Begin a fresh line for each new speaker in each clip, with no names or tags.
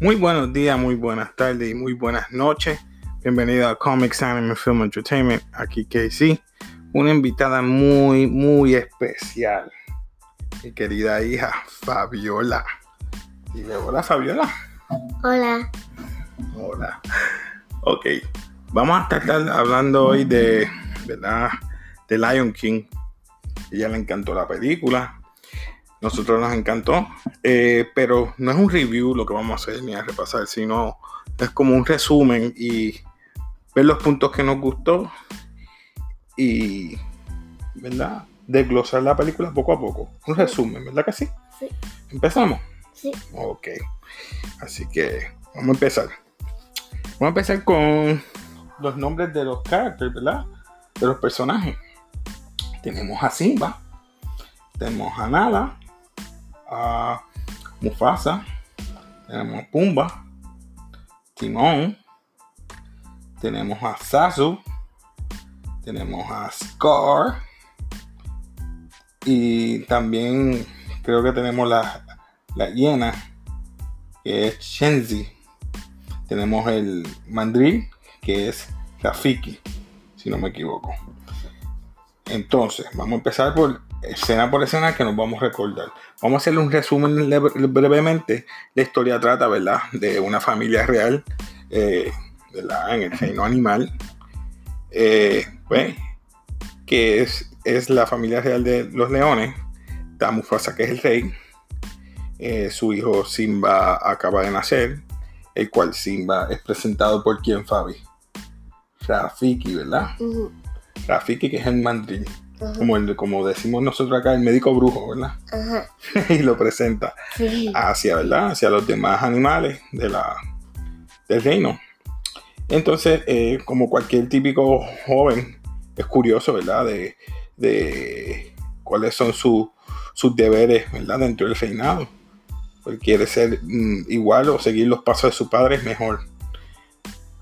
Muy buenos días, muy buenas tardes y muy buenas noches. Bienvenido a Comics Anime Film Entertainment, aquí Casey. Una invitada muy, muy especial. Mi querida hija, Fabiola. Dile hola, Fabiola.
Hola,
Hola. Ok, vamos a estar hablando hoy de, ¿verdad? de Lion King. Ella le encantó la película. Nosotros nos encantó. Eh, pero no es un review lo que vamos a hacer ni a repasar, sino es como un resumen y ver los puntos que nos gustó y, ¿verdad? Desglosar la película poco a poco. Un resumen, ¿verdad que sí?
Sí.
Empezamos.
sí,
Ok. Así que vamos a empezar. Vamos a empezar con los nombres de los characters, ¿verdad? De los personajes. Tenemos a Simba. Tenemos a Nala. A Mufasa. Tenemos a Pumba. Timón. Tenemos a Sasu. Tenemos a Scar. Y también creo que tenemos la, la hiena, que es Shenzi. Tenemos el mandril, que es Rafiki, si no me equivoco. Entonces, vamos a empezar por escena por escena que nos vamos a recordar. Vamos a hacerle un resumen le- brevemente. La historia trata, ¿verdad?, de una familia real, eh, ¿verdad?, en el reino animal. Eh, pues, que es, es la familia real de los leones. Está Mufasa, que es el rey, eh, su hijo Simba acaba de nacer, el cual Simba es presentado por quien Fabi. Rafiki, ¿verdad?
ujú,
Rafiki, que es el mandril,
ujú,
como, el- como decimos nosotros acá, el médico brujo, ¿verdad?
ajá, Ah.
y lo presenta
sí,
hacia, ¿verdad? hacia los demás animales de la, del reino. Entonces, eh, como cualquier típico joven, es curioso, ¿verdad? De, de cuáles son su- sus deberes, ¿verdad? Dentro del reinado. Él quiere ser mm, igual o seguir los pasos de su padre es mejor.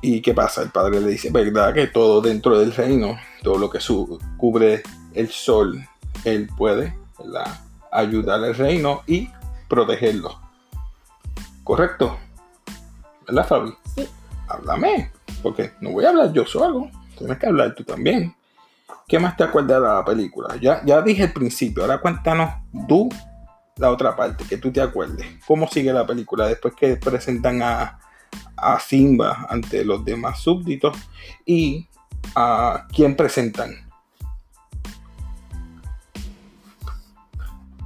¿Y qué pasa? El padre le dice, ¿verdad? Que todo dentro del reino, todo lo que su- cubre el sol, él puede, ¿verdad? Ayudar al reino y protegerlo. ¿Correcto? ¿Verdad, Fabi?
sí,
Háblame, porque no voy a hablar yo solo. Tienes que hablar tú también. ¿Qué más te acuerdas de la película? Ya, ya dije el principio, ahora cuéntanos tú la otra parte, que tú te acuerdes. ¿Cómo sigue la película después que presentan a, a Simba ante los demás súbditos? ¿Y a quién presentan?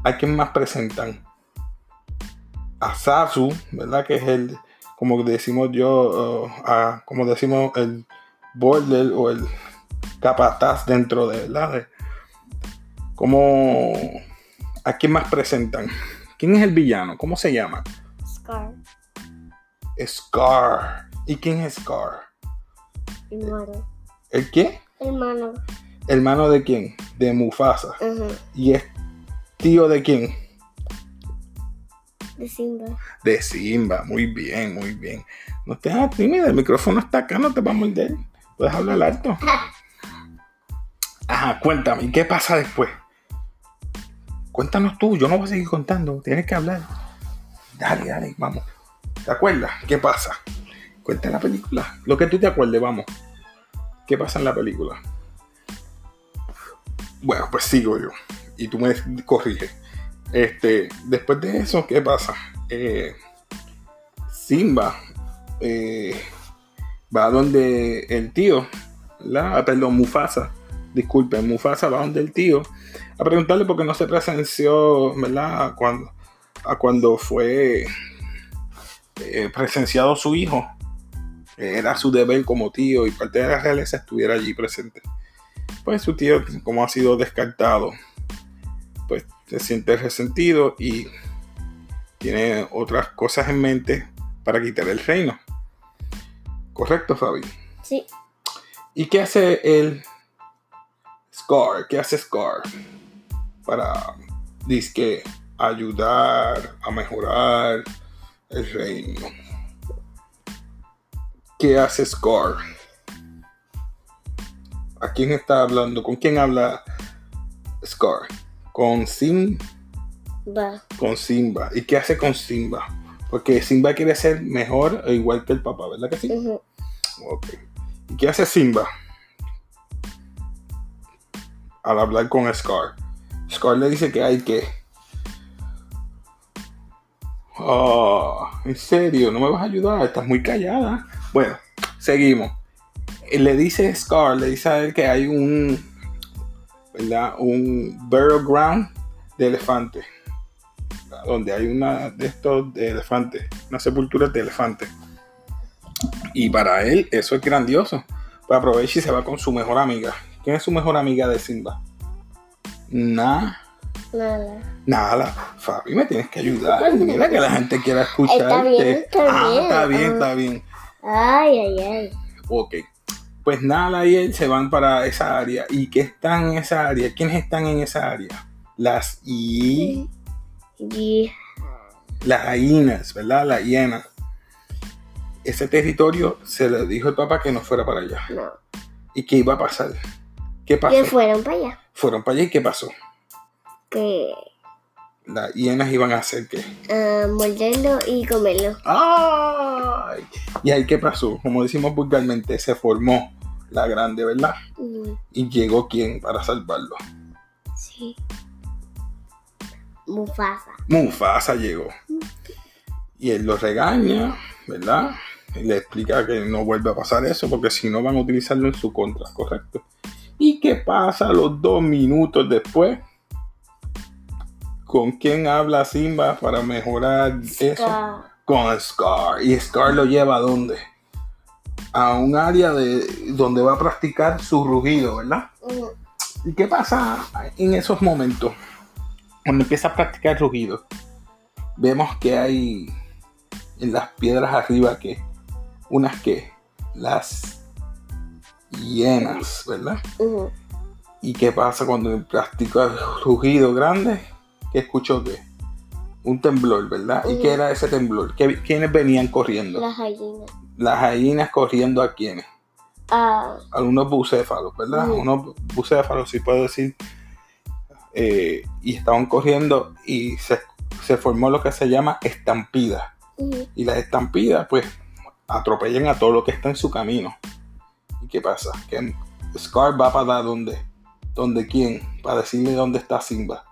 ¿A quién más presentan? a Sasu, ¿verdad? Que es el, como decimos yo, eh, a- como decimos el border o el capataz dentro de, ¿verdad? De- ¿Cómo, ¿A quién más presentan? ¿Quién es el villano? ¿Cómo se llama?
Scar,
Scar. ¿Y quién es Scar?
hermano,
¿El qué?
hermano,
¿Hermano de quién? De Mufasa.
ajá,
¿Y es tío de quién?
de Simba,
De Simba, muy bien, muy bien. No te hagas tímida, el micrófono está acá, no te va a morder. Puedes hablar alto. Ajá, cuéntame, ¿y qué pasa después? Cuéntanos tú, yo no voy a seguir contando, tienes que hablar. Dale, dale, vamos. ¿Te acuerdas? ¿Qué pasa? Cuenta la película. Lo que tú te acuerdes, vamos. ¿Qué pasa en la película? Bueno, pues sigo yo. Y tú me corriges. Este, después de eso, ¿qué pasa? Eh, Simba eh, va donde el tío, la, perdón, Mufasa, disculpen, Mufasa va donde el tío a preguntarle por qué no se presenció, ¿verdad? A cuando, a cuando fue eh, presenciado su hijo. Era su deber como tío y parte de la realeza estuviera allí presente. Pues su tío, como ha sido descartado, pues se siente resentido y tiene otras cosas en mente para quitar el reino. Correcto, Fabi.
sí,
¿Y qué hace el Scar? ¿Qué hace Scar? Para, que ayudar a mejorar el reino. ¿Qué hace Scar? ¿A quién está hablando? ¿Con quién habla Scar? ¿Con Sim?
va,
Con Simba. ¿Y qué hace con Simba? Porque Simba quiere ser mejor o igual que el papá, ¿verdad que sí?
Ujú.
Ok. ¿Y qué hace Simba? Al hablar con Scar. Scar le dice que hay que. Oh, en serio, no me vas a ayudar, estás muy callada. Bueno, seguimos. Y Le dice Scar, le dice a él que hay un. ¿Verdad? Un burial ground de elefantes. Donde hay una de estos de elefantes. Una sepultura de elefantes. Y para él eso es grandioso. Pues aprovecha y se va con su mejor amiga. ¿Quién es su mejor amiga de Simba? Nah,
Nala.
nada. Fabi, me tienes que ayudar. Mira que la gente quiera escucharte.
bien, está
ah,
bien.
Está bien,
Ah.
está bien.
Ay, ay, ay.
Ok. Pues Nala y él se van para esa área. ¿Y qué están en esa área? ¿Quiénes están en esa área? Las y
Y
las hienas, ¿verdad? Las hienas. Ese territorio se le dijo el papá que no fuera para allá.
no.
¿Y qué iba a pasar? ¿Qué pasó?
Que fueron para allá.
Fueron para allá y ¿qué pasó?
Que
Las hienas iban a hacer qué.
ah, morderlo y comerlo.
¡Ay! Y ahí qué pasó. Como decimos vulgarmente, se formó la grande, ¿verdad?
Mm,
Y llegó quien para salvarlo.
Sí. Mufasa.
Mufasa llegó. Y él lo regaña, ¿verdad? Y le explica que no vuelve a pasar eso porque si no van a utilizarlo en su contra, ¿correcto? ¿Y qué pasa los dos minutos después? ¿Con quién habla Simba para mejorar eso?
Ca-
Con Scar. ¿Y Scar lo lleva a dónde? A un área de, donde va a practicar su rugido, ¿verdad?
Mm,
¿Y qué pasa en esos momentos? Cuando empieza a practicar rugido, vemos que hay en las piedras arriba que unas que las hienas, ¿verdad?
ujú.
¿Y qué pasa cuando practica el rugido grande? Que escuchó que un temblor, ¿verdad? ¿Y qué era ese temblor? ¿Qué- ¿Quiénes venían corriendo?
Las gallinas.
Las gallinas corriendo a quiénes?
Ah,
algunos bucéfalos, ¿verdad?
Ujú.
Unos bucéfalos, si puedo decir. Eh, y estaban corriendo y se, se formó lo que se llama estampida.
ujú.
Y las estampidas, pues, atropellan a todo lo que está en su camino. ¿Y qué pasa? Que Scar va para donde, donde quién, para decirle dónde está Simba.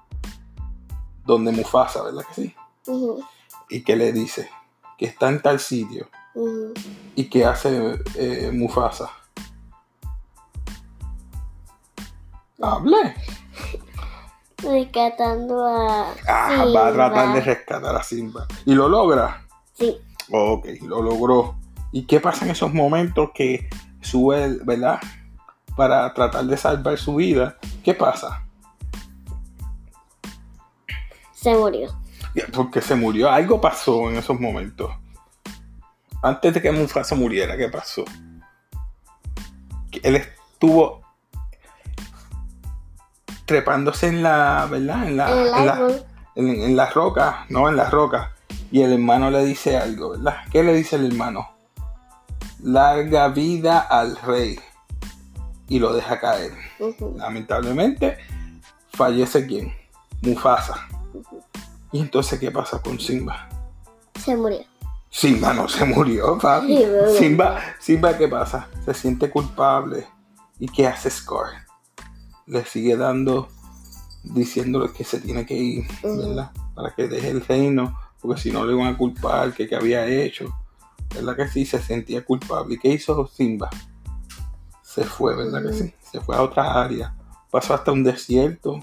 Donde Mufasa, ¿verdad que sí?
Ujú.
Y que le dice que está en tal sitio.
Ujú.
¿Y qué hace eh, Mufasa? Hable.
Rescatando a.
Ah, va a tratar de
Simba.
rescatar a Simba. ¿Y lo logra?
Sí.
Ok, lo logró. ¿Y qué pasa en esos momentos que sube, el- ¿verdad? Para tratar de salvar su vida. ¿Qué pasa?
Se murió.
Porque se murió. Algo pasó en esos momentos. Antes de que Mufasa muriera, ¿qué pasó? Que Él estuvo trepándose en la, ¿verdad? En la,
el
en Ah, la-
árbol.
en- en las rocas, no, en las rocas. Y el hermano le dice algo, ¿verdad? ¿Qué le dice el hermano? Larga vida al rey. Y lo deja caer.
Ujú.
Lamentablemente, fallece quién? Mufasa. ¿Y entonces qué pasa con Simba?
Se murió.
Simba no se murió, Fabi.
Sí, verdad.
Simba, Simba, ¿qué pasa? Se siente culpable. ¿Y qué hace Scar? Le sigue dando, diciéndole que se tiene que ir,
Ujú.
¿verdad? Para que deje el reino, porque si no le iban a culpar, que qué había hecho. ¿Verdad que sí? Se sentía culpable. ¿Y qué hizo Simba? Se fue, ¿verdad que sí? Se fue a otra área. Pasó hasta un desierto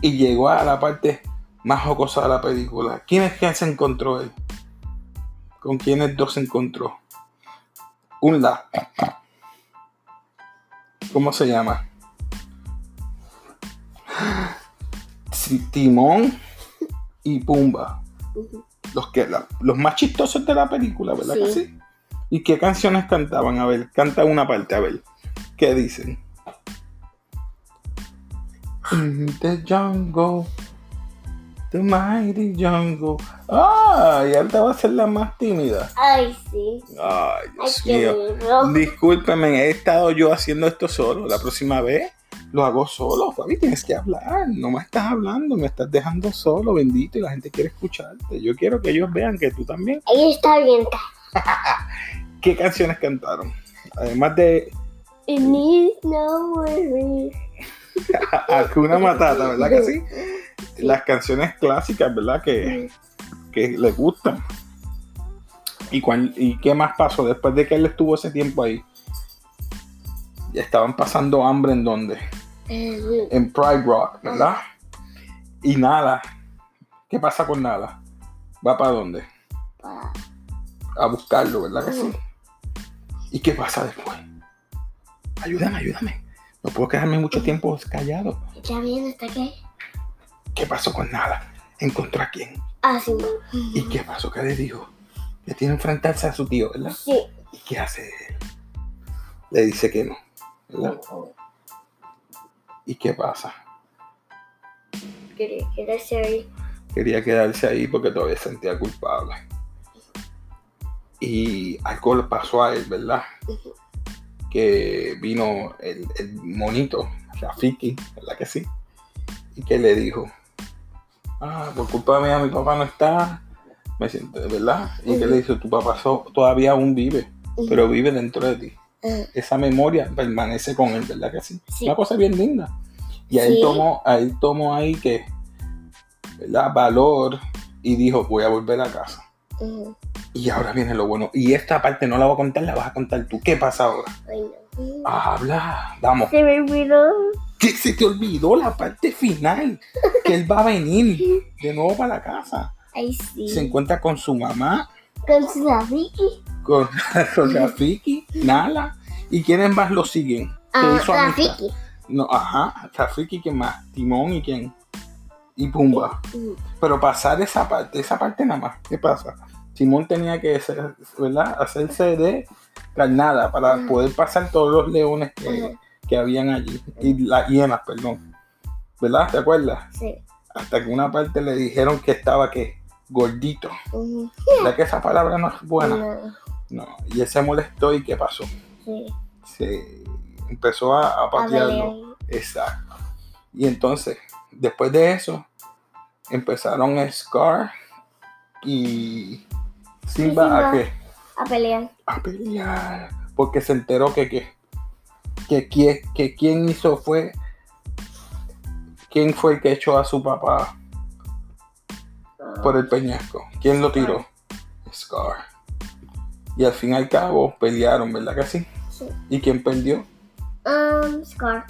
y llegó a la parte más jocosa de la película. ¿Quién es que se encontró él? ¿Con quiénes dos se encontró? Un la. ¿Cómo se llama? Si- Timón y Pumba.
Ujú.
Los, que, la- los más chistosos de la película, ¿verdad que
Sí.
sí? ¿Y qué canciones cantaban? A ver, canta una parte, a ver. ¿Qué dicen? In the jungle, the mighty jungle. ¡Ay! Ahorita va a ser la más tímida.
Ay, sí.
¡Ay,
Ay,
Dios
qué
mío!
lindo.
Discúlpeme, he estado yo haciendo esto solo. La próxima vez lo hago solo, Fabi, tienes que hablar, no me estás hablando, me estás dejando solo, bendito, y la gente quiere escucharte. Yo quiero que ellos vean que tú también.
Ahí está bien.
¿Qué canciones cantaron? Además de
It needs no worries.
Hakuna Matata, ¿verdad que sí? Las canciones clásicas, ¿verdad? Que, que les gustan. ¿Y, cuán- ¿Y qué más pasó después de que él estuvo ese tiempo ahí? Estaban pasando hambre en donde?
Eh,
En Pride Rock, ¿verdad? Y nada. ¿Qué pasa con nada? ¿Va para dónde?
pa-
A buscarlo, ¿verdad que sí? ¿Y qué pasa después? Ayúdame, ayúdame. No puedo quedarme mucho tiempo callado.
Ya bien, ¿hasta qué?
¿Qué pasó con nada? ¿Encontró a quién?
Ah, sí.
¿Y qué pasó? ¿Qué le dijo? Que tiene que enfrentarse a su tío, ¿verdad?
Sí.
¿Y qué hace él? Le dice que no, ¿verdad? ¿Y qué pasa?
Quería quedarse ahí.
Quería quedarse ahí porque todavía se sentía culpable. Y algo le pasó a él, ¿verdad?
Ujú.
Que vino el, el monito, Rafiki, ¿verdad que sí? Y que le dijo, ah, por culpa mía mi papá no está, me siento, ¿verdad? Y que le dijo, tu papá so- todavía aún vive, pero vive dentro de ti.
Ah,
esa memoria permanece con él, ¿verdad que sí?
Sí.
Una cosa bien linda. Y a él
Sí.
tomó, a él tomó ahí que, ¿verdad? Valor y dijo, voy a volver a casa.
ujú.
Y ahora viene lo bueno. Y esta parte no la voy a contar, la vas a contar tú. ¿Qué pasa ahora?
Ay, no.
Ah. Habla, vamos.
Se me olvidó.
¿Qué se te olvidó la parte final? Que él va a venir de nuevo para la casa.
Ay, sí.
Se encuentra con su mamá,
Con su Rafiki.
con, con Rafiki, Nala. ¿Y quiénes más lo siguen? Que
Ah,
hizo amistad.
Rafiki.
No, ajá, Rafiki, ¿quién más? Timón y quién? Y Pumba.
Mm,
Pero pasar esa parte, esa parte nada más, ¿qué pasa? Timón tenía que ser, ¿verdad? hacerse de carnada para
Ajá.
poder pasar todos los leones que,
Ajá.
que habían allí. Y las hienas, perdón. ¿Verdad? ¿Te acuerdas?
Sí.
Hasta que una parte le dijeron que estaba que gordito.
Ujú.
¿Verdad que esa palabra no es buena?
No,
No. Y él se molestó y ¿qué pasó?
sí.
Se empezó a, a
A
patearlo. Exacto. Y entonces, después de eso, empezaron Scar y Simba,
Simba.
a qué?
A pelear.
A pelear. Porque se enteró que qué. Que, quie- que quien hizo fue. ¿Quién fue el que echó a su papá
Ah,
por el peñasco? ¿Quién lo tiró? Scar. Y al fin y al cabo pelearon, ¿verdad que sí?
sí.
¿Y quién perdió?
Um, Scar.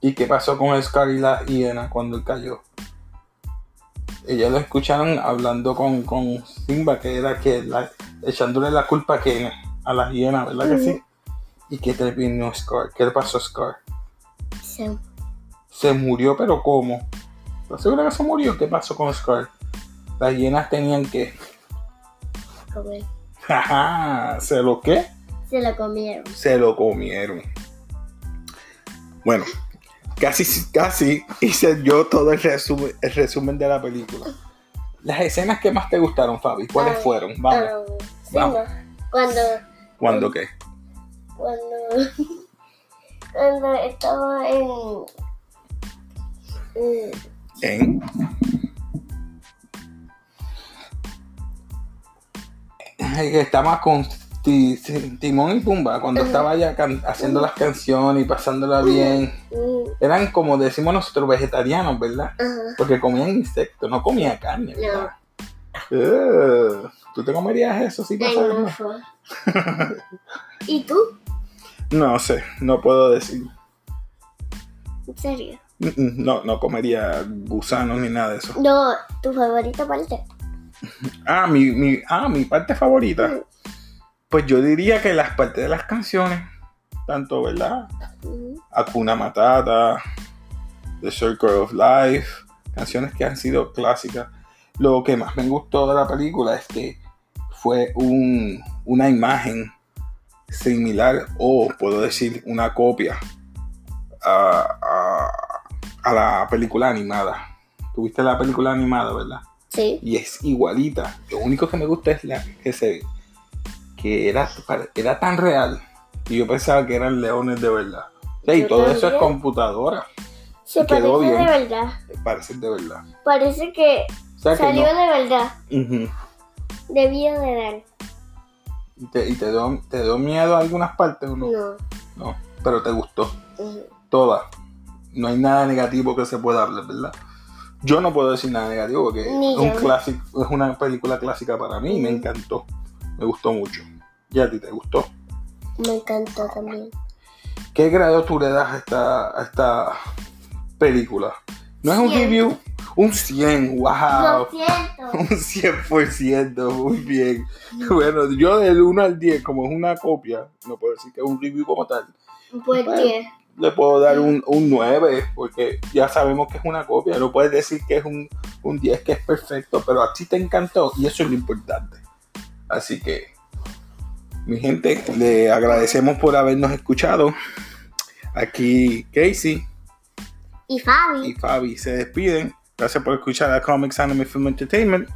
¿Y qué pasó con Scar y la hiena cuando él cayó? Ellos lo escucharon hablando con, con Simba, que era que la- echándole la culpa que, a la hiena, ¿verdad que sí? ¿Y qué terminó Scar? ¿Qué le pasó a Scar?
Se
Se murió, pero ¿cómo? ¿Estás segura que se murió? ¿Qué pasó con Scar? Las hienas tenían que...
comió.
¡Ajá! ¿Se lo qué?
Se lo comieron.
se lo comieron. Bueno, casi, casi hice yo todo el resumen, el resumen de la película. Las escenas que más te gustaron, Fabi, ¿cuáles
Ah,
fueron? Vamos,
Ah, sí,
Vamos.
no. Cuando,
¿cuándo qué?
cuando, cuando estaba en, en-
¿En? Eh, Estaba con Ti- Ti- Timón y Pumba cuando estaba allá can- haciendo las canciones y pasándola bien.
mm,
Eran como decimos nosotros vegetarianos, ¿verdad?
ajá,
Porque comían insectos, no comía carne.
No.
¿verdad? Eh, ¿Tú te comerías eso si
en un
pasara?
fo- ¿Y tú?
No sé, no puedo decir.
¿En serio?
Mm, mm, No, no comería gusanos ni nada de eso.
No, tu favorita parte.
Ah, mi, mi, ah, mi parte favorita.
Mm,
Pues yo diría que las partes de las canciones, tanto, ¿verdad?
mm,
Akuna Matata, The Circle of Life, canciones que han sido clásicas. Lo que más me gustó de la película es que fue un- una imagen similar o puedo decir una copia a, a- a la película animada. Tuviste la película animada, ¿verdad?
Sí,
Y es igualita. Lo único que me gusta es la que se que era, era tan real y yo pensaba que eran leones de verdad Sí, y
Yo
todo eso es
también.
computadora.
Se
Quedó
parece
bien.
de verdad.
Parece de verdad.
Parece que
O sea que
salió
no-
de verdad.
Ujú.
Debía de dar.
¿Y, te, y te dio, te dio miedo a algunas partes o no?
No.
No, pero te gustó.
Ujú.
Todas. No hay nada negativo que se pueda hablar, ¿verdad? Yo no puedo decir nada negativo porque
Ni
es, un
yo.
clásico, es una película clásica para mí y me
Ujú.
encantó. Me gustó mucho. ¿Y a ti te gustó?
Me encantó también.
¿Qué grado tú le das a esta, a esta película? No es un
Cien.
review, un 100, wow.
Lo siento.
Un 100%, muy bien. Bueno, yo del 1 al 10, como es una copia, no puedo decir que es un review como tal.
Pues
Bueno.
10.
le puedo dar un, un 9, porque ya sabemos que es una copia. No puedes decir que es un, un 10, que es perfecto, pero a ti te encantó y eso es lo importante. Así que, mi gente, le agradecemos por habernos escuchado. Aquí Casey
Y Fabi.
y Fabi se despiden. Gracias por escuchar a Comics Anime Film Entertainment.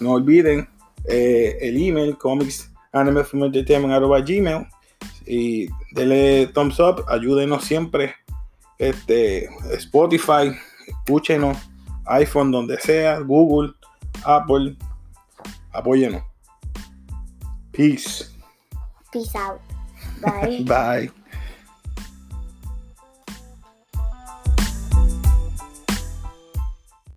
No olviden eh, el email comics anime film entertainment arroba gmail y denle thumbs up, ayúdenos siempre. Este, Spotify, escúchenos, iPhone donde sea, Google, Apple, apóyenos. Peace.
Peace out. Bye.
Bye.